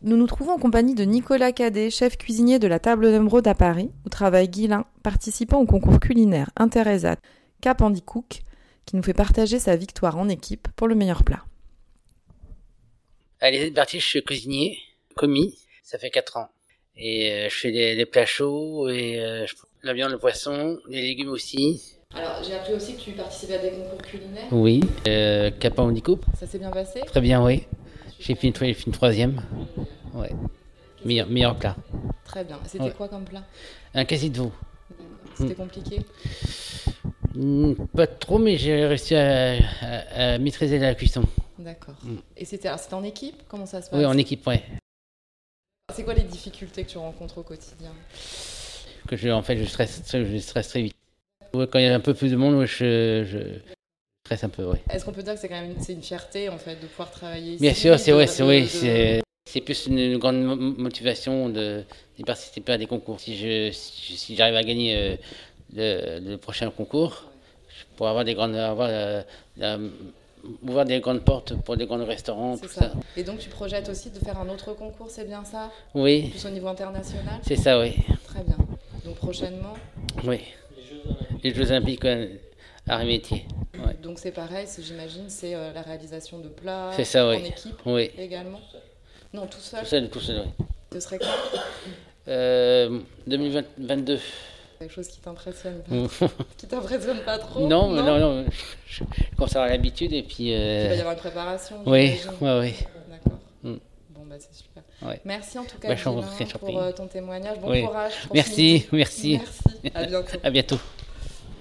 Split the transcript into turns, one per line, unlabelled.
Nous nous trouvons en compagnie de Nicolas Cadet, chef cuisinier de la Table d'Emeraude à Paris, où travaille Guilin, participant au concours culinaire Interesa Cap Andy Cook, qui nous fait partager sa victoire en équipe pour le meilleur plat.
Allez, c'est parti, Ah, je suis cuisinier, commis, ça fait 4 ans. Et euh, je fais des, des plats chauds, et euh, je- la viande, le poisson, les légumes aussi.
Alors, j'ai appris aussi que tu participais à des concours culinaires.
Oui, euh, Capin on dit coupe.
Ça s'est bien passé
Très bien, oui. J'ai fini, j'ai fini troisième. Ouais. Meilleur, meilleur plat.
Très bien. C'était
Ouais. Hmm.
quoi comme plat
Un quasi de veau.
C'était compliqué
Hmm, Pas trop, mais j'ai réussi à, à- à maîtriser la cuisson.
D'accord.
Mm.
Et c'était alors, c'était en équipe Comment ça se passe
Oui, en équipe, ouais.
C'est quoi les difficultés que tu rencontres au quotidien
Que je, en fait, je stresse, je stresse très vite. Ouais, quand il y a un peu plus de monde, ouais, je, je stresse un peu, ouais.
Est-ce qu'on peut dire que c'est quand même une, c'est une fierté en fait de pouvoir travailler ici
Bien sûr, c'est
de-
ouais, c'est
de-
ouais,
de-
c'est c'est plus une, une grande mo- motivation de, de participer à des concours. Si je si si j'arrive à gagner euh, le, le prochain concours, je pourrais avoir des grandes avoir la- la- ouvrir des grandes portes pour des grands restaurants,
c'est
tout
ça.
ça.
Et donc tu projettes aussi de faire un autre concours, c'est bien ça
Oui,
Plus au niveau international
c'est ça, oui,
Très bien. Donc prochainement,
oui. Les Jeux Olympiques euh, à Rimétier. Ouais.
donc c'est pareil, c'est- j'imagine, c'est euh, la réalisation de plats
C'est ça,
en
oui.
équipe
Oui,
également Non, tout seul.
tout seul, tout seul, oui.
Ce serait quoi
Euh, 2022.
Quelque chose qui t'impressionne pas Qui t'impressionne pas trop
Mm. Non, non, non, je je commence à avoir l'habitude et puis. euh,
Il va y avoir une préparation.
Oui,
j'imagine.
oui, oui.
D'accord.
Mm.
Bon, bah, c'est super.
Ouais.
Merci en tout cas,
Bah, je t'en
Guylain,
prie, je t'en
pour
prie.
euh, ton témoiage. Bon
Oui.
courage. continue.
Merci, merci.
Merci. À bientôt.
À bientôt.